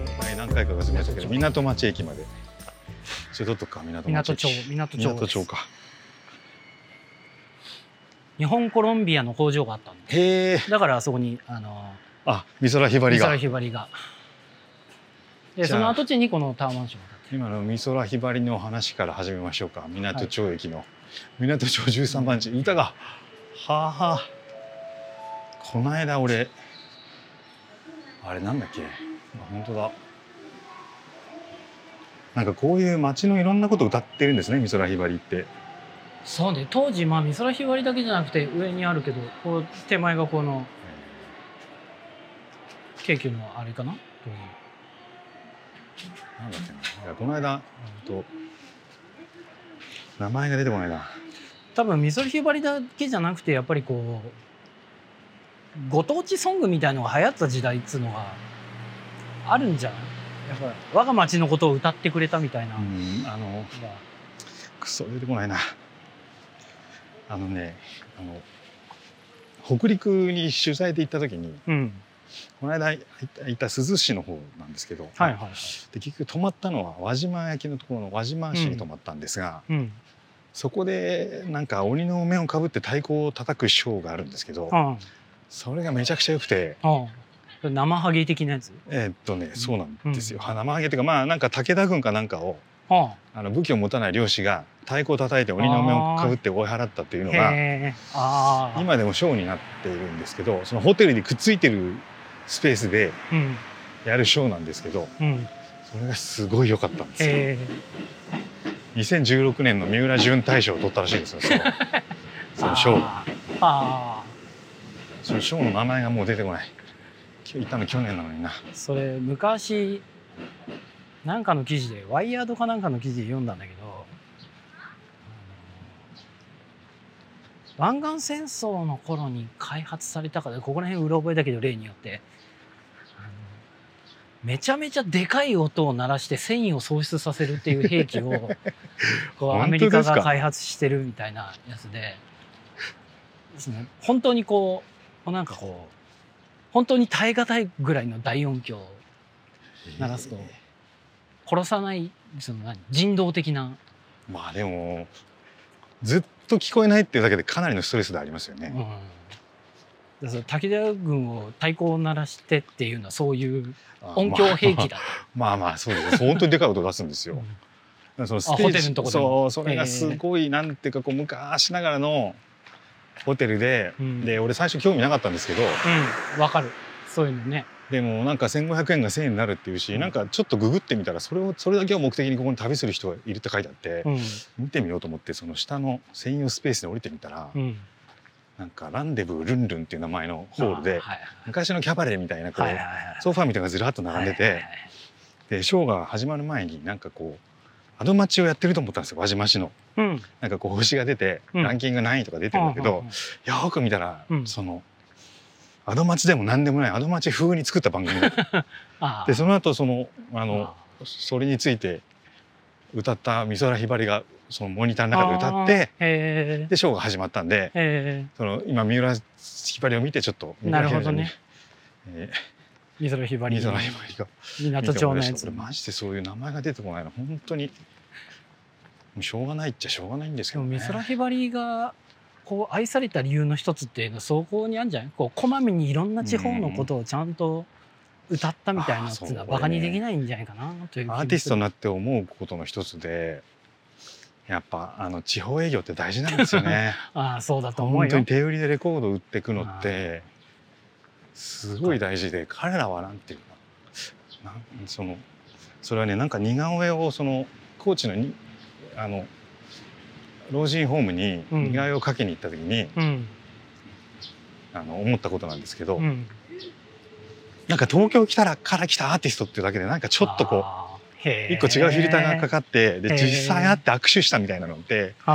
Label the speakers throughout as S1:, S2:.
S1: 忘れましたけど港町駅までそれどっとくか港町
S2: 港
S1: 駅
S2: 町港町です
S1: 港町か
S2: 日本コロンビアの工場があったんで
S1: へえ
S2: だからあそこにあの
S1: あ美空ひばり
S2: 美
S1: が
S2: 空ひばりがで
S1: じゃ
S2: そ
S1: あ
S2: の跡地にこのタワーマンションが建って
S1: 今の美空ひばりの話から始めましょうか港町駅の、港町13番地歌がはあはあこの間俺あれなんだっけあ本当だなんかこういう街のいろんなこと歌ってるんですね美空ひばりって
S2: そうね当時まあ美空ひばりだけじゃなくて上にあるけどこう手前がこの京急のあれかなという
S1: なんだっけないやこの間ほんと名前が出てこないな
S2: 多分美空ひばりだけじゃなくてやっぱりこうご当地ソングみたいのが流行った時代っつうのがあるんじゃないやっぱ我が町のことを歌ってくれたみたいな、
S1: うんあの
S2: まあ
S1: くそ出てこないなあのねあの北陸に取材で行った時に
S2: うん
S1: この間行った行った珠洲市の方なんですけど、
S2: はいはいはい、
S1: で結局泊まったのは輪島焼のところの輪島市に泊まったんですが、
S2: うん、
S1: そこでなんか鬼の面をかぶって太鼓を叩くショーがあるんですけど、
S2: あ
S1: それがめちゃくちゃ良くて。
S2: ああ生ハゲ的なやつ
S1: えーっとね、そうなんですよ、
S2: うん
S1: 花曲げというかまあなんか武田軍かなんかを
S2: あ
S1: あの武器を持たない漁師が太鼓を叩いて鬼の面をかぶって追い払ったっていう
S2: あ
S1: の
S2: へ
S1: が
S2: えああ、
S1: 今でもショーになっているんですけどそのホテルにくっついてるスペースで
S2: うん
S1: やるショーなんですけど
S2: うん、へ
S1: それがすごい良かったんですよ
S2: え
S1: 2016年の三浦準大賞を取ったらしいんですよそのそのショーが
S2: ああ
S1: そのショーの名前がもう出てこない今日行ったの去年なのにな
S2: あそれ昔なんかの記事でワイヤードかなんかの記事で読んだんだけどあの湾岸戦争の頃に開発されたからここら辺うろ覚えだけど例によってあのめちゃめちゃでかい音を鳴らして繊維を喪失させるっていう兵器をこうアメ
S1: 本当で
S2: リカ
S1: す
S2: が
S1: か
S2: 開発してるみたいなやつでです、ね、本当にこうこうなんかこう本当に耐え難いぐらいの大音響を鳴らすと殺さないその何人道的な、
S1: まあでもずっと聞こえないっていうだけでかなりのストレスでありますよ
S2: う
S1: ね、
S2: ん、だからその武田軍を太鼓を鳴らしてっていうのはそういう
S1: あ
S2: 音響兵器だ、
S1: まあまあまあそうです本当にでかい音出すんですよ、そのステ
S2: ホ
S1: ー
S2: テル
S1: ジ
S2: のとこで
S1: そ
S2: も
S1: うそれがすごいなんていうかこう昔ながらのホテルで、
S2: うん
S1: で俺最初興味なかったんですけど
S2: うんわかるそういうのね
S1: でもなんか1,500円が1,000円になるっていうし、
S2: うん
S1: なんかちょっとググってみたらそれをそれだけを目的にここに旅する人がいるって書いてあって、
S2: うん
S1: 見てみようと思ってその下の専用スペースで降りてみたら、
S2: うん
S1: なんかランデブールンルンっていう名前のホールで、
S2: はい
S1: 昔のキャバレーみたいなこう、
S2: はいはいはい
S1: ソファーみたいなのがずらっと並んでて、
S2: はいはいはい
S1: でショーが始まる前になんかこうアドマチをやってると思ったんですよ輪島市の。
S2: うん
S1: なんかこう星が出て、
S2: うん
S1: ランキング何位とか出てるんだけど、よく見たら、
S2: うん
S1: そのアドマチでも何でもないアドマチ風に作った番組だ った
S2: ああ
S1: でその後そのあの
S2: あ
S1: それについて歌った美空ひばりがそのモニター
S2: あ
S1: の中で歌って
S2: へえ
S1: でショーが始まったんで
S2: へ
S1: その今三浦ひばりを見てちょっと
S2: えなるほどね
S1: え
S2: 美空ひば
S1: ー
S2: り
S1: 美
S2: の
S1: 空ひばりが
S2: 港町のやつ
S1: 俺マジでそういう名前が出てこないの本当にもうしょうがないっちゃしょうがないんですけ
S2: で
S1: ど、
S2: も
S1: ね、
S2: 美空ひばりがこう愛された理由の一つっていうのはそこにあるんじゃないこうこまめにいろんな地方のことをちゃんと歌ったみたいなっていうのは
S1: うんあ
S2: バ
S1: ー
S2: カ
S1: そうね
S2: にできないんじゃないかなという気
S1: ア
S2: がする
S1: ーティストになって思うことの一つでやっぱあの地方営業って大事なんですよね
S2: ああそうだと 思う
S1: 本当
S2: よ
S1: に手売りでレコード売ってくのってすごい大事で彼らはなんていうかなんそのそれはねなんか似顔絵をその高知のにあの老人ホームに
S2: うん
S1: 似顔絵をかけに行った時に、
S2: うん
S1: あの思ったことなんですけど、
S2: うん
S1: なんか東京来たらから来たアーティストっていうだけでなんかちょっとこう
S2: あーへえ
S1: 一個違うフィルターがかかって
S2: へ
S1: で
S2: ー
S1: 実際会って握手したみたいなのって
S2: あ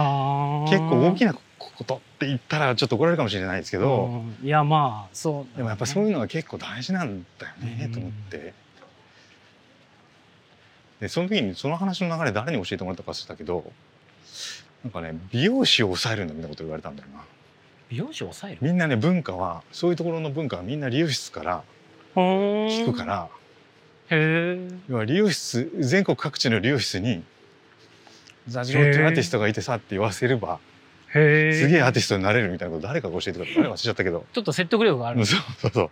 S2: ー
S1: 結構大きなことって言ったらちょっと怒られるかもしれないですけど、
S2: うんいやまあそうだね
S1: でもやっぱそういうのが結構大事なんだよね、
S2: うん
S1: と思ってでその時にその話の流れ誰に教えてもらったかしてたけどなんかね美容師を抑えるんだみたいなこと言われたんだよな
S2: 美容師抑える
S1: みんなね文化はそういうところの文化はみんな理容室から
S2: 聞
S1: 聞くから、
S2: へえ。
S1: 要は理容室全国各地の理容室に座長っていうアーティストがいてさって言わせれば
S2: へえ。
S1: すげえアーティストになれるみたいなこと誰かが教えてくれたか忘れちゃったけど
S2: ちょっと説得力があ
S1: う
S2: る
S1: ん。そうそうそう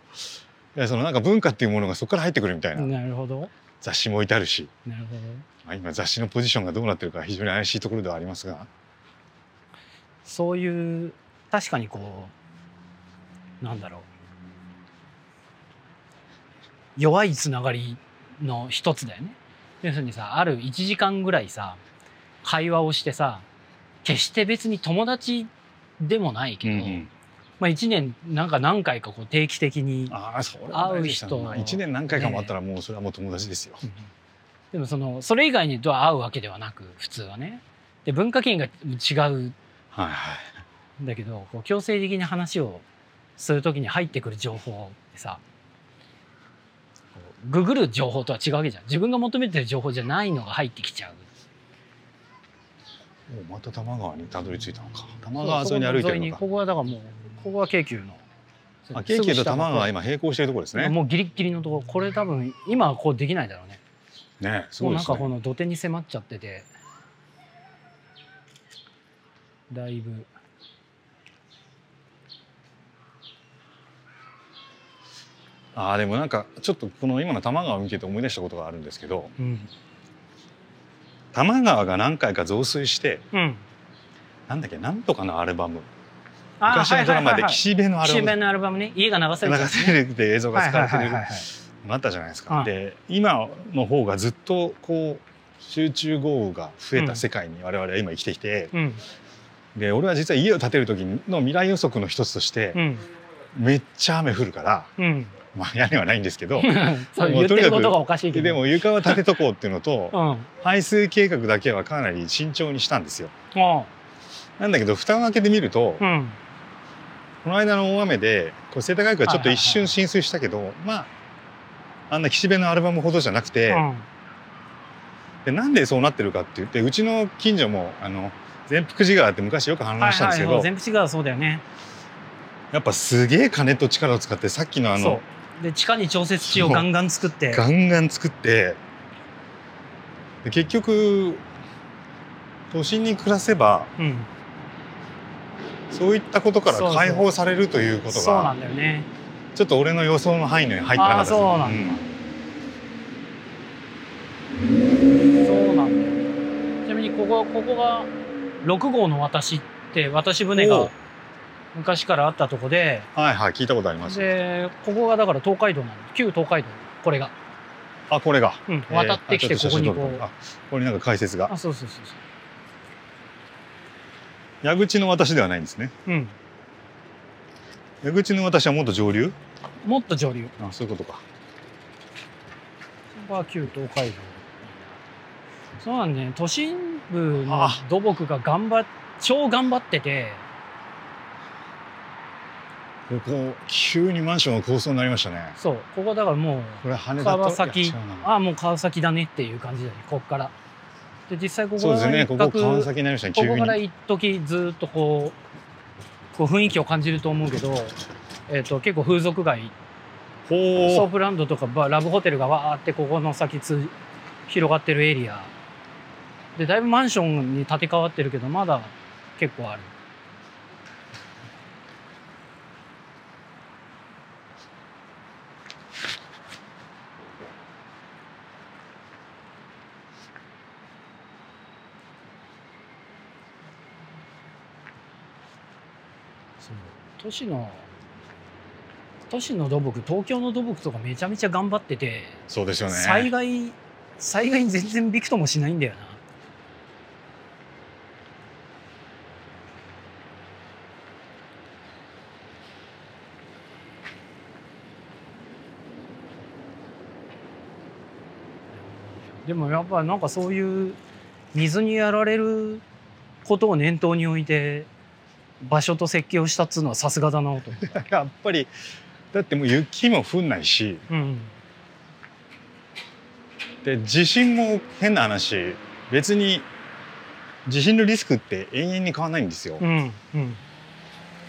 S1: いやそのなんか文化っていうものがそこから入ってくるみたいな
S2: なるほど。
S1: 雑誌も置いてあるし、
S2: なるほど。
S1: まあ、今雑誌のポジションがどうなってるか非常に怪しいところではありますが
S2: そういう、確かにこう、なんだろう。弱いつながりの一つだよね。要するにさ、ある1時間ぐらいさ、会話をしてさ、決して別に友達でもないけど、まあ1年なんか何回かこう定期的に
S1: ああそれは大事でしたね
S2: 会う人
S1: まあ、1年何回かもあったらもうそれはもう友達ですよ、
S2: でもそのそれ以外にとは会うわけではなく普通はねで文化圏が違う
S1: はいはい
S2: んだけどこう強制的に話をするときに入ってくる情報ってさこうググる情報とは違うわけじゃん自分が求めてる情報じゃないのが入ってきちゃう
S1: もうまた多摩川にたどり着いたのか多摩川沿いに歩いてるのか
S2: ここはだからもうここは京急の
S1: あ京急と多摩川
S2: すぐ下の
S1: 今並行してるところです
S2: 方
S1: ね
S2: もうギリッギリのところこれ多分今はこうできないだろうね
S1: ねす
S2: も
S1: ごい
S2: うな
S1: で
S2: ん
S1: す
S2: か
S1: ね
S2: この土手に迫っちゃっててだいぶ
S1: ああでもなんかちょっとこの今の多摩川を見てて思い出したことがあるんですけど
S2: うん、
S1: 多摩川が何回か増水して
S2: うん、
S1: なんだっけなんとかのアルバム
S2: あ
S1: 昔のドラマで
S2: はいはいはいはい
S1: 岸辺のアル
S2: 岸
S1: バム
S2: 辺のアルバムね家が流せる
S1: 流せるって映像が使われて
S2: はい
S1: る
S2: はいはいはい
S1: のあったじゃないです
S2: は
S1: か。
S2: い
S1: で今の方がずっとこう集中豪雨が増えた世界に我々は今生きてきて、
S2: うん
S1: で俺は実は家を建てる時の未来予測の一つとして、
S2: うん
S1: めっちゃ雨降るから、
S2: うん
S1: まあ、屋根はないんですけど
S2: そう
S1: も
S2: 言
S1: う
S2: って
S1: とにか
S2: る
S1: く
S2: ことがおかしいけど
S1: でも床は建てとこうっていうのと
S2: うんうん
S1: 排水計画だけはかなり慎重にしたんですよ。なんだけど蓋を開けてみると、
S2: うん
S1: この間の大雨でこう世田谷区はちょっと
S2: はいはいはい
S1: 一瞬浸水したけど、まああんな岸辺のアルバムほどじゃなくて、
S2: うん
S1: でなんでそうなってるかって言ってうちの近所もあの善福寺川って昔よく氾濫したんですけど、
S2: はいはい全部違うそうだよね
S1: やっぱすげえ金と力を使ってさっきのあ
S2: そ
S1: の
S2: うで地下に調節池をガンガン作って
S1: ガンガン作ってで結局都心に暮らせば
S2: うん
S1: そういったことから
S2: そうそう
S1: 解放されるということ
S2: そうな
S1: が
S2: んだよね
S1: ちょっと俺の予想の範囲に入ってなかったですね
S2: あーそうな
S1: う
S2: んだ
S1: ん
S2: そうなんだよちなみにここここが6号の私って渡し船
S1: お
S2: が
S1: う
S2: 昔からあったとこで
S1: はいはい聞いたことあります
S2: でここがだから東海道なの旧東海道これが、
S1: あこれが
S2: うん、渡ってきてここにこう、
S1: えーあちょっと写真撮るとあこれなんか解説が
S2: あそうそうそうそ
S1: 矢口の私ではないんですね
S2: う、うん、
S1: 矢口の私はもっと上流
S2: もっと上流こ
S1: あそういうことか
S2: こは旧東海道そうなんだね都心部の
S1: あ
S2: 土木が頑張っ超頑張ってて
S1: ここ急にマンションが高層になりましたね
S2: そうここだからもう
S1: これ羽田と
S2: 川崎
S1: いや違うな
S2: ああもう川崎だねっていう感じだねここからで実際ここ
S1: そうです
S2: が
S1: ね
S2: 一
S1: こ
S2: 角
S1: こ川崎になりましたね
S2: こ
S1: 急
S2: こ
S1: に
S2: から一時ずっとこうこう雰囲気を感じると思うけど、えっと結構風俗街
S1: ほ
S2: ソープランドとかバラブホテルがわーってここの先つ広がってるエリアでだいぶマンションに建て替わってるけどまだ結構あるそう都市の都市の土木東京の土木とかめちゃめちゃ頑張ってて
S1: うそうですよね
S2: 災害災害に全然びくともしないんだよなでもやっぱなんかそういう水にやられることを念頭に置いて場所と設計をしたっつうのはさすがだな と思った、
S1: やっぱりだってもう雪も降んないし
S2: うん、
S1: で地震も変な話別に地震のリスクって永遠に変わらないんですよ、
S2: うんうん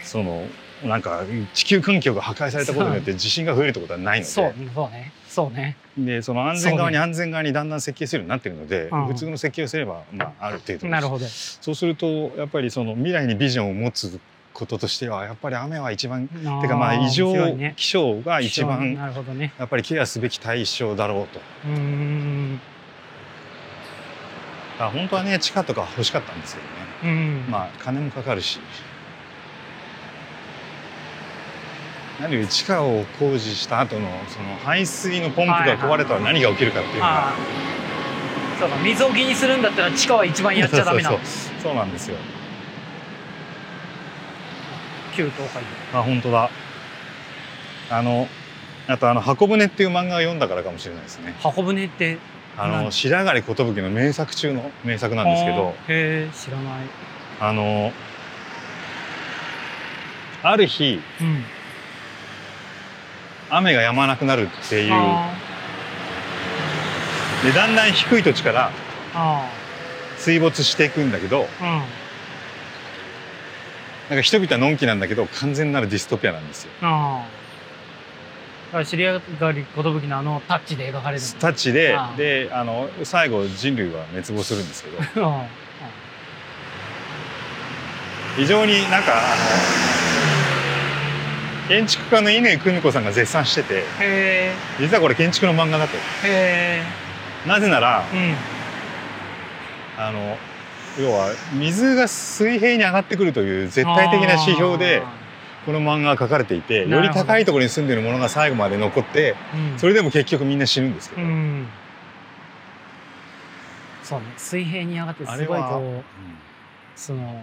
S1: そのなんか地球環境が破壊されたことによって地震が増えるってことはないので
S2: そうそうねそうね
S1: でその安全側に安全側にだんだん設計するようになってるので、
S2: うん
S1: 普通の設計をすれば、まあ、ある程度
S2: なるほど
S1: そうするとやっぱりその未来にビジョンを持つこととしてはやっぱり雨は一番てかまあ
S2: ー
S1: 異常
S2: 面白いね
S1: 気象が一
S2: そう
S1: 番
S2: なるほどね
S1: やっぱりケアすべき対象だろうと
S2: うーん
S1: だから本当はね地下とか欲しかったんですけどね
S2: うん
S1: まあ金もかかるし何より地下を工事した後のその排水のポンプが壊れたら何が起きるかっていうのが
S2: あーそうか水を気にするんだったら地下は一番やっちゃダメな
S1: そ
S2: の
S1: うそうそうなんですよ
S2: 旧東海
S1: あ本当だあのあとあの「箱舟」っていう漫画を読んだからかもしれないですね
S2: 道箱舟って
S1: あ
S2: う
S1: の
S2: ん
S1: 白上寿の名作中の名作なんですけど
S2: あーへえ知らない
S1: あのある日
S2: うん
S1: 雨が止まなくなるっていう
S2: あ
S1: でだんだん低い土地から
S2: ーあ
S1: 水没していくんだけど
S2: ーうん
S1: なんか人々はのんきなんだけど完全なるディストピアなんですよ。
S2: ああ。だから知り上がり寿のあのタッチで描かれる
S1: タッチで
S2: ああ
S1: であの最後人類は滅亡するんですけど
S2: うんうん
S1: 非常になんかあの建築家の乾久美子さんが絶賛してて
S2: へえ
S1: 実はこれ建築の漫画だと。
S2: へ
S1: なぜなら
S2: えうん
S1: あの要は水が水平に上がってくるという絶対的な指標でこの漫画が書かれていて
S2: な
S1: よ
S2: る
S1: り
S2: ほど
S1: 高いところに住んでるものが最後まで残って
S2: あーうん
S1: それでも結局みんな死ぬんですけ
S2: う
S1: ど、
S2: んそうね水平に上がって
S1: あ
S2: す
S1: れ
S2: ごい
S1: は
S2: こうその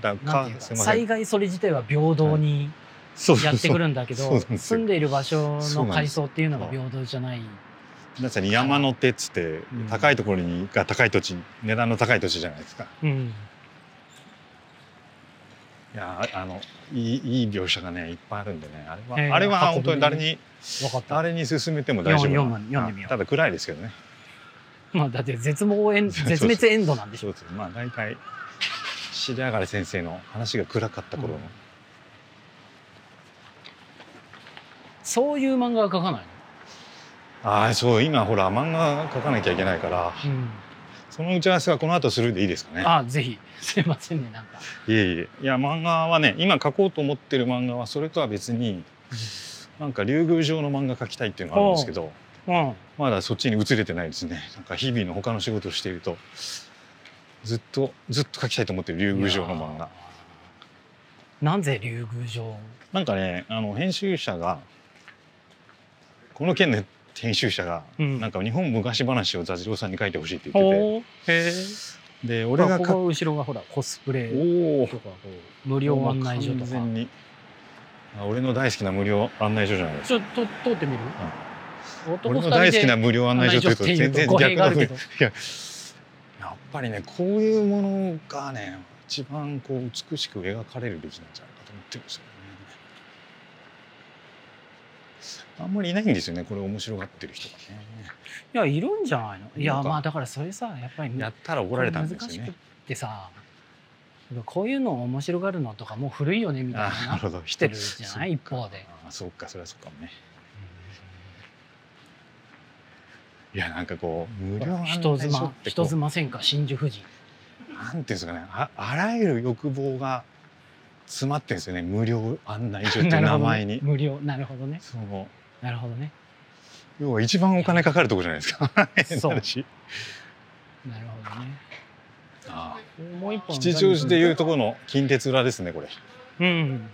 S1: だか
S2: な
S1: ら
S2: んてい
S1: か
S2: う
S1: す
S2: か
S1: いませ
S2: 災
S1: ん
S2: 害それ自体は平等に
S1: そう
S2: や
S1: そう
S2: って
S1: そ
S2: く
S1: う
S2: るんだけど
S1: そうそうなんですよ
S2: 住んでいる場所
S1: そう
S2: の
S1: なんで
S2: 階
S1: すよ
S2: 層っていうのが平等じゃない
S1: まさに山の手っつって
S2: ん
S1: 高いところにが高い土地値段の高い土地じゃないですか
S2: うん
S1: いやああのいいいい描写がねいっぱいあるんでねあれは、
S2: ええ
S1: あれは
S2: 箱舟
S1: 本当に誰に
S2: 分かった
S1: 誰に勧めても大丈夫な
S2: 読む読んでみよう
S1: ただ暗いですけどね
S2: まあだって絶望エン
S1: そうそう
S2: 絶滅エンドなんでし
S1: そう
S2: ょ
S1: ですまあ大体知り上がれ先生の話が暗かった頃の、
S2: うんそういう漫画は描かない
S1: ああそう今ほら漫画描かなきゃいけないから
S2: の、うん
S1: その打ち合わせはこの後するでいいですかね
S2: あぜひすいませんねなんか
S1: いえいえいや漫画はね今描こうと思ってる漫画はそれとは別になんか竜宮城の漫画描きたいっていうのがあるんですけど
S2: うん
S1: まだそっちに移れてないですねなんか日々の他の仕事をしているとずっとずっと描きたいと思ってる竜宮城の漫
S2: いや
S1: 画
S2: ーなぜ竜宮城
S1: なんかねあの編集者がこの件の編集者が、
S2: うん
S1: なんか日本昔話を座次郎さんに書いてほしいって言ってて
S2: おへえ
S1: で
S2: こ
S1: 俺
S2: れ
S1: が
S2: がこ
S1: か
S2: こ後ろがほらコスプレ
S1: おお
S2: とかこう無料案内所と
S1: 完
S2: か
S1: 全にあ俺の大好きな無料案内所じゃないですか
S2: ちょっと通ってみる、男
S1: 俺の
S2: 二人
S1: 大好き
S2: で
S1: な無料案内所というと全然
S2: 案内所っていうと語
S1: 逆
S2: 弊が
S1: の
S2: ある
S1: ふう
S2: け
S1: に
S2: ど
S1: ややっぱりねこういうものがね一番こう美しく描かれるべきなんじゃないかと思ってるんですよねあんまりいないんですよねこれ面白がってる人がね
S2: いやいるんじゃないのい
S1: な
S2: や
S1: んか
S2: まあだからそれさやっぱり
S1: やったら怒られたんですよ
S2: 難し
S1: ね
S2: くってさこういうのを面白がるのとかもう古いよねみたい
S1: あ
S2: に
S1: な
S2: な
S1: るほど
S2: 来
S1: 来
S2: てるじゃない一方で。
S1: あそうかそれはそうかもねいやなんかこう無料案内所
S2: 人
S1: っ
S2: 妻
S1: てこ
S2: 人
S1: う
S2: 妻戦火真珠富士
S1: なんていうんですかねああらゆる欲望が詰まってるんですよね無料案内所っていう名前 に、
S2: なるほどね無料なるほどね
S1: その
S2: なるほどね
S1: 要は一番お金かかるとこじゃないですか変な
S2: そう
S1: 話
S2: なるほ
S1: あ
S2: どねもう一
S1: あ
S2: 本
S1: 吉祥寺でいうとこの近鉄裏ですねこれ
S2: うん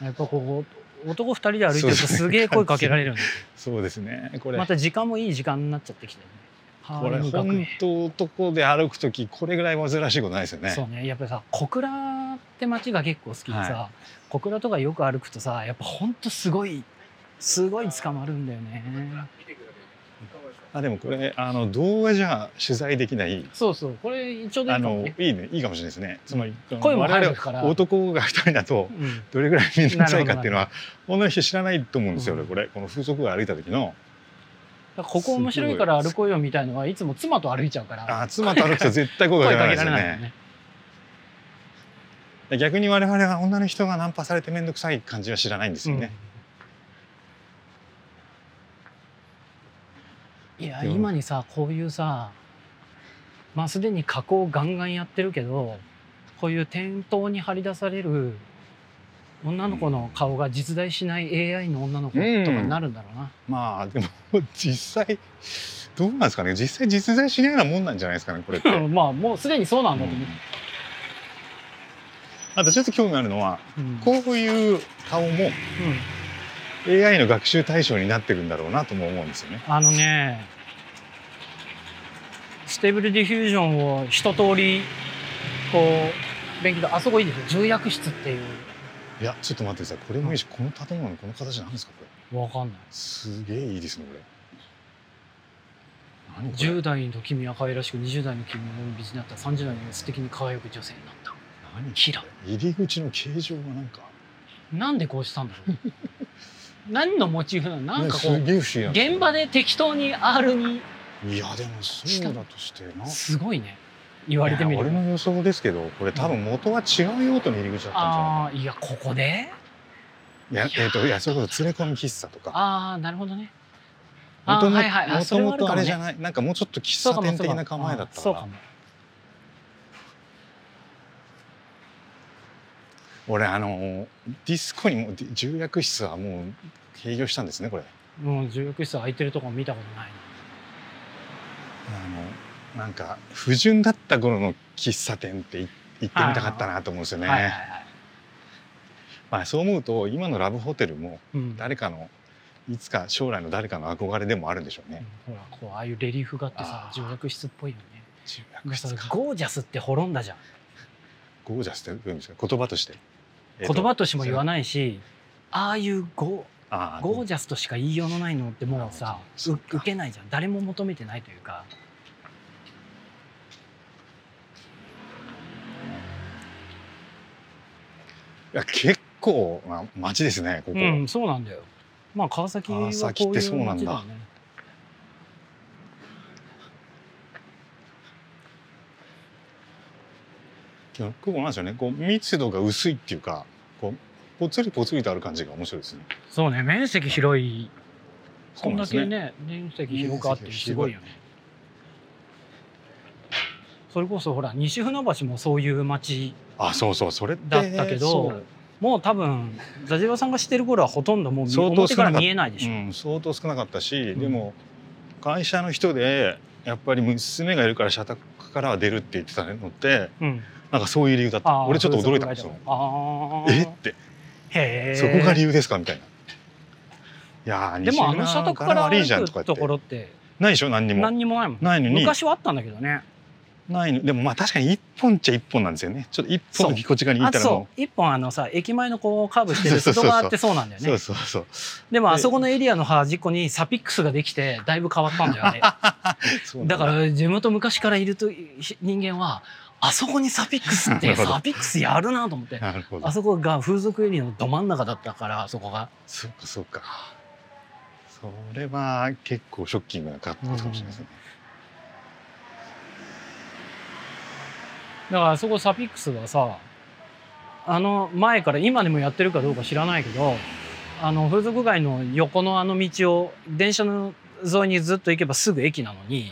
S2: やっぱこう男二人で歩いて
S1: そう
S2: ると
S1: ですね
S2: すげえ声かけられるんだ
S1: そうですねこれ、
S2: また時間もいい時間になっちゃってきてね
S1: これ
S2: ハーレム学園
S1: 本当男で歩く時これぐらい珍しいことないですよね
S2: そうねやっぱりさ小倉って街が結構好きでさ、
S1: は
S2: 小倉とかよく歩くとさやっぱほんとすごいすごい捕まるんだよね
S1: あでもこれあの動画じゃ取材できない
S2: そうそうこれちょうどい
S1: あ
S2: いかも
S1: の
S2: ね、
S1: いいねいいかもしれないですねつまり
S2: 声も入
S1: 我
S2: る
S1: 々
S2: から
S1: 男が二人だと
S2: うん、
S1: どれぐらいみんな辛いかっていうの
S2: な
S1: は女の人知らないと思うんですよ、
S2: うん
S1: 俺これこの風俗が歩いた時の
S2: だからここ面白いから歩こうよみたいのはいつも妻と歩いちゃうから
S1: あ妻と歩くと絶対声かけ
S2: 声
S1: られないで
S2: かけ
S1: す
S2: られ
S1: よ
S2: ないよ
S1: ね
S2: ね
S1: で逆に我々は女の人がナンパされて面倒くさい感じは知らないんですよね。
S2: いや今にさこういうさまあすでに加工ガンガンやってるけどこういう店頭に張り出される女の子の顔が実在しない AI の女の子とかになるんだろうな。
S1: まあでも実際どうなんですかね実際実在しないようなもんなんじゃないですかねこれって。
S2: まあもうすでにそうなんだと思う。
S1: あとちょっと興味あるのは
S2: うん
S1: こういう顔も
S2: うん
S1: AI の学習対象になってるんだろうなとも思うんですよね。
S2: あのね、ステーブルディフュージョンを一通り、こう、勉強で、あそこいいですよ。重役室っていう。
S1: いやちょっと待ってくださいこれもいいしこの建物のこの形なんですかこれ
S2: わかんない。
S1: すげえいいですねこれ。何これ
S2: 10代の君は可愛らしく、20代の君も美人だった、30代の素敵に輝く女性になった。
S1: 何
S2: キラ
S1: 入り口の形状がなんか
S2: なんでこうしたんだ ろう。何のモチーフなのなんかこ
S1: ね
S2: う、
S1: すげえ不思議なんすよ
S2: 現場で適当に R に、
S1: いやでもそうだとしてな
S2: すごいね。言われてみ
S1: いや
S2: る
S1: 俺。の予想ですけどこれ多分元は違う用途の入り口だったんじゃ
S2: ああ、いや、ここで
S1: ないかないやえっ、といやそれこそ連れ込み喫茶とか
S2: ああ、なるほどね。あ
S1: もと
S2: ー
S1: も
S2: はいはいあ
S1: と
S2: それはあるかもね
S1: あれじゃないなんかもうちょっと喫
S2: そう
S1: 茶
S2: かも
S1: 店的な構えだったか
S2: そう
S1: ら
S2: かも。
S1: 俺あのディスコにもディ重役室はもう営業したんですねこれ
S2: もう重力室空いてるとこ見たことない
S1: あのなんか不純だった頃の喫茶店ってい行ってみたかったなと思うんですよね、
S2: な。はいはいはい。
S1: まあそう思うと今のラブホテルも
S2: うん、
S1: 誰かのいつか将来の誰かの憧れでもあるんでしょう
S2: う
S1: ね
S2: ん。ほらこうああいうレリーフがあってさ
S1: あー
S2: 重力室っぽいよね。
S1: 重
S2: なん
S1: 役
S2: かさ
S1: 室か
S2: ゴージャスって滅んだじゃん。
S1: ゴージャスってどういうんですか言葉として。
S2: 言葉としても言わ
S1: い。
S2: ないし、ああいうゴ
S1: ああ
S2: ゴージャスとしか言いようのないのってもうさ
S1: そううか
S2: 受けないじゃん。誰も求めてないというか。
S1: いや結構な街ですねここ、
S2: うんそうなんだよ。まあ川崎はこういう
S1: 川崎ってそうなんだ
S2: 街よね。
S1: 結構なんですよねこう密度が薄いっていうかこうぽつりぽつりとある感じが面白いですね。
S2: そうね面積広い。こんだ
S1: そう
S2: け
S1: なんで
S2: ね面積広くあってすごいよね。それこそほら西船橋もそういう街
S1: すね。あそうそうそれって
S2: だったけど、
S1: そう
S2: もう多分座次郎さんがしてる頃はほとんどもう見
S1: 相当
S2: 表
S1: 少なかった
S2: から見えないでしょ。
S1: うん、相当少なかったし、
S2: うん
S1: でも会社の人でやっぱり娘がいるから社宅からは出るって言ってたのって
S2: うん
S1: なんかそういう理由だった
S2: あー
S1: 俺ちょっと驚いたんですよ
S2: 風。俗街
S1: え
S2: だ
S1: っ
S2: もんあ
S1: て、
S2: ーへえ。
S1: そこが理由ですかみたいな。いやー
S2: でもあの社宅か
S1: 西村ガ
S2: ら
S1: ラ悪いじゃん
S2: 歩
S1: とか言
S2: くと
S1: って
S2: ころって
S1: ないでしょ何にも
S2: 何にもないもん。
S1: ないのに
S2: 昔はあったんだけどね。
S1: ないのでもまあ確かに一本っちゃ一本なんですよねちょっと一本のぎこちがにい
S2: あ
S1: たら
S2: そ
S1: も
S2: う一本あのさ駅前のこうカーブしてる
S1: そうそうそう
S2: 外
S1: そう
S2: 側ってそうなんだ
S1: う
S2: よ
S1: そう
S2: ね。
S1: そうそう
S2: でもあそこのエリアの端っこにサピックスができてだいぶ変わったんだ よね。
S1: そうなん
S2: だから地元昔からいるとひ人間はあそこにサピックスっ
S1: な
S2: て
S1: るほど
S2: サピックスやるなと思って
S1: なるほど
S2: あそこが風俗エリアのど真ん中だったからあそこが
S1: そうかそうかそれは結構ショッキングなかったかもしれないですね、
S2: だからあそこサピックスはさあの前から今でもやってるかどうか知らないけどあの風俗街の横のあの道を電車の沿いにずっと行けばすぐ駅なのに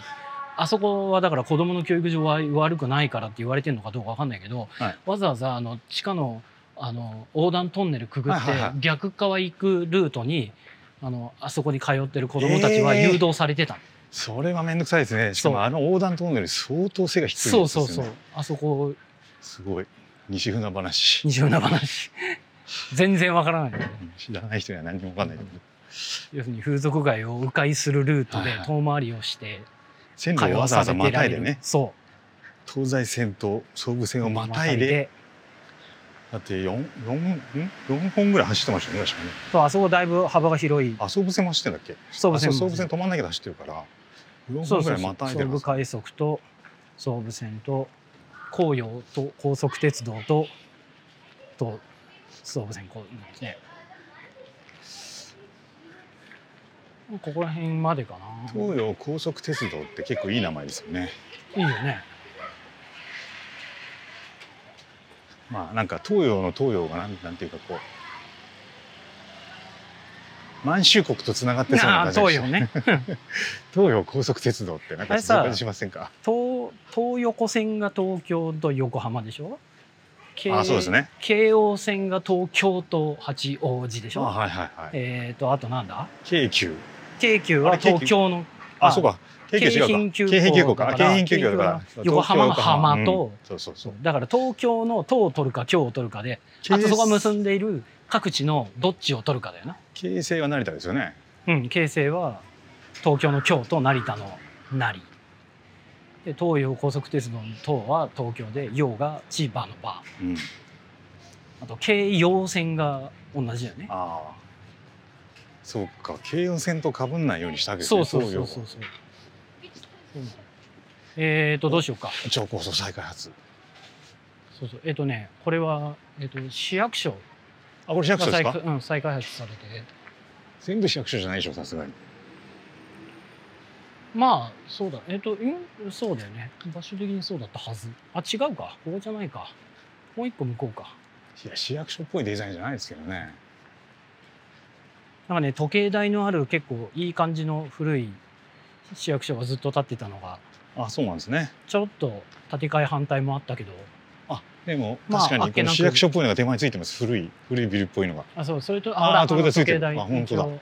S2: あそこはだから子供の教育上は悪くないからって言われてるのかどうかわかんないけど、
S1: はい
S2: わざわざあの地下のあの横断トンネルくぐって
S1: はいはいはい
S2: 逆側行くルートにあのあそこに通ってる子供たちは誘導されてたの、
S1: それは面倒くさいですねしか
S2: そ
S1: も
S2: う
S1: あの横断トンネル相当背が低いです
S2: そ
S1: よ
S2: う
S1: ね
S2: そうそうあそこ
S1: すごい西船話
S2: 二重な話全然わからない
S1: 知らない人には何にも分かんないけど
S2: 要するに風俗街を迂回するルートで
S1: はいはい
S2: 遠回りをして
S1: 線路
S2: 通
S1: をわ
S2: わ
S1: ざわざ
S2: されて
S1: ま
S2: ら
S1: たい
S2: れ
S1: で
S2: る、
S1: ね
S2: そ
S1: 東西線と総武線
S2: う
S1: をまたいでだって四四ん四本ぐらい走ってましたね確かね
S2: そうあそこだいぶ幅が広い
S1: あ総武線も走ってんだっけ
S2: 総武線
S1: あそう総武線止まんないけど走ってるから4
S2: そ
S1: 本
S2: う
S1: ぐ
S2: そ
S1: ら
S2: う
S1: い
S2: そ
S1: ま
S2: う
S1: たいで
S2: 総
S1: る
S2: 武快速と総武線と紅葉と高速鉄道とと総武線こうなんですねここら辺までかな
S1: 東洋高速鉄道って結構いい名前ですよね
S2: いいよね
S1: まあなんか東洋の東洋がなんなんていうかこう満州国とつながってそうな
S2: あ
S1: 感
S2: あ
S1: じがし
S2: 東
S1: て
S2: 洋ね
S1: 東洋高速鉄道ってなん
S2: あ
S1: か
S2: れ
S1: そ
S2: さ
S1: んな感じしませんか
S2: 東東横線が東京と横浜でしょ京
S1: あそうですね
S2: 京王線が東京と八王子でし
S1: あ
S2: ょ
S1: はいはいはい
S2: えっ、とあとなんだ
S1: 京急
S2: 京急は
S1: あれ京急
S2: 東京の
S1: あ
S2: あ
S1: そうか京急違うか京浜
S2: 京浜急
S1: 急
S2: 行
S1: 行
S2: だか
S1: から京浜急行だから
S2: 京浜横浜の浜と
S1: うんそうそうそう
S2: だから東京の「東を取るか「京を取るかであとそこが結んでいる各地のどっちを取るかだよな、
S1: 京成は成田ですよね
S2: うん、京成は東京の京と成田の成で東洋高速鉄道の東は東京で洋が千葉の場
S1: うん
S2: あと京葉線が同じだよね
S1: ああそうか京葉線と被んないようにしたわけです
S2: そ
S1: ね
S2: うそうそうそうそううんえっ、とどうしようか
S1: 東洋超高層再開発
S2: そうそうえっ、とねこれは、えっと市役所
S1: あこれ市
S2: が
S1: 役所です
S2: 再,、
S1: か
S2: うん、再開発されて
S1: 全部市役所じゃないでしょさすがに
S2: まあそうだえっ、とうんそうだよね場所的にそうだったはずあ違うかここじゃないかもう一個向こうか
S1: いや市役所っぽいデザインじゃないですけどね
S2: なんかね時計台のある結構いい感じの古い市役所がずっと建ってたのが
S1: あそうなんですね
S2: ちょっと建て替え反対もあったけど
S1: あでも
S2: まあ
S1: 確か
S2: あっ
S1: に
S2: け
S1: こ
S2: な
S1: の
S2: く
S1: 市役所っぽいのが手前についてます古い古いビルっぽいのが
S2: あそうそれと
S1: あー時
S2: ほら
S1: 計台ついてる
S2: あの
S1: あ本当だ
S2: 一応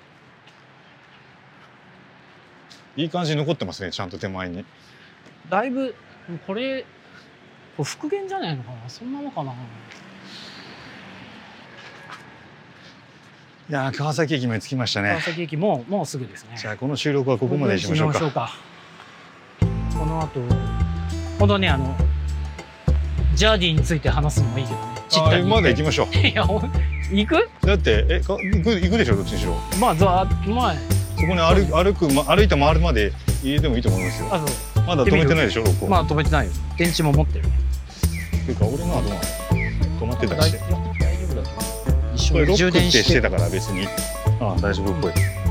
S1: いい感じに残ってますねちゃんと手前に
S2: だいぶこれこれ復元じゃないのかなそんなのかない
S1: やー川崎駅まで着きました
S2: 川
S1: ね
S2: 崎駅ももうすぐですね
S1: じゃあこの収録はここまでにしましょうか
S2: この後ほどねあのジャーディについて話すのもいいけどねち
S1: あーまだ行き
S2: 行
S1: ましょ
S2: き いやお行く
S1: うだってえか行く行くでしょどっちにしろ
S2: まあざーまあ
S1: そこに歩く歩く、ま、歩いて回るまで入れてもいいと思いますよ
S2: あそ
S1: まだ止めてないでしょロ
S2: う
S1: コ
S2: まあ止めてないよ電池も持ってる
S1: っていうか俺のはどうなの止まってたりして
S2: 大丈夫だと思う一
S1: これ
S2: 緒に
S1: ロック
S2: 充
S1: って
S2: 電して
S1: してたから別にああ大丈夫っぽい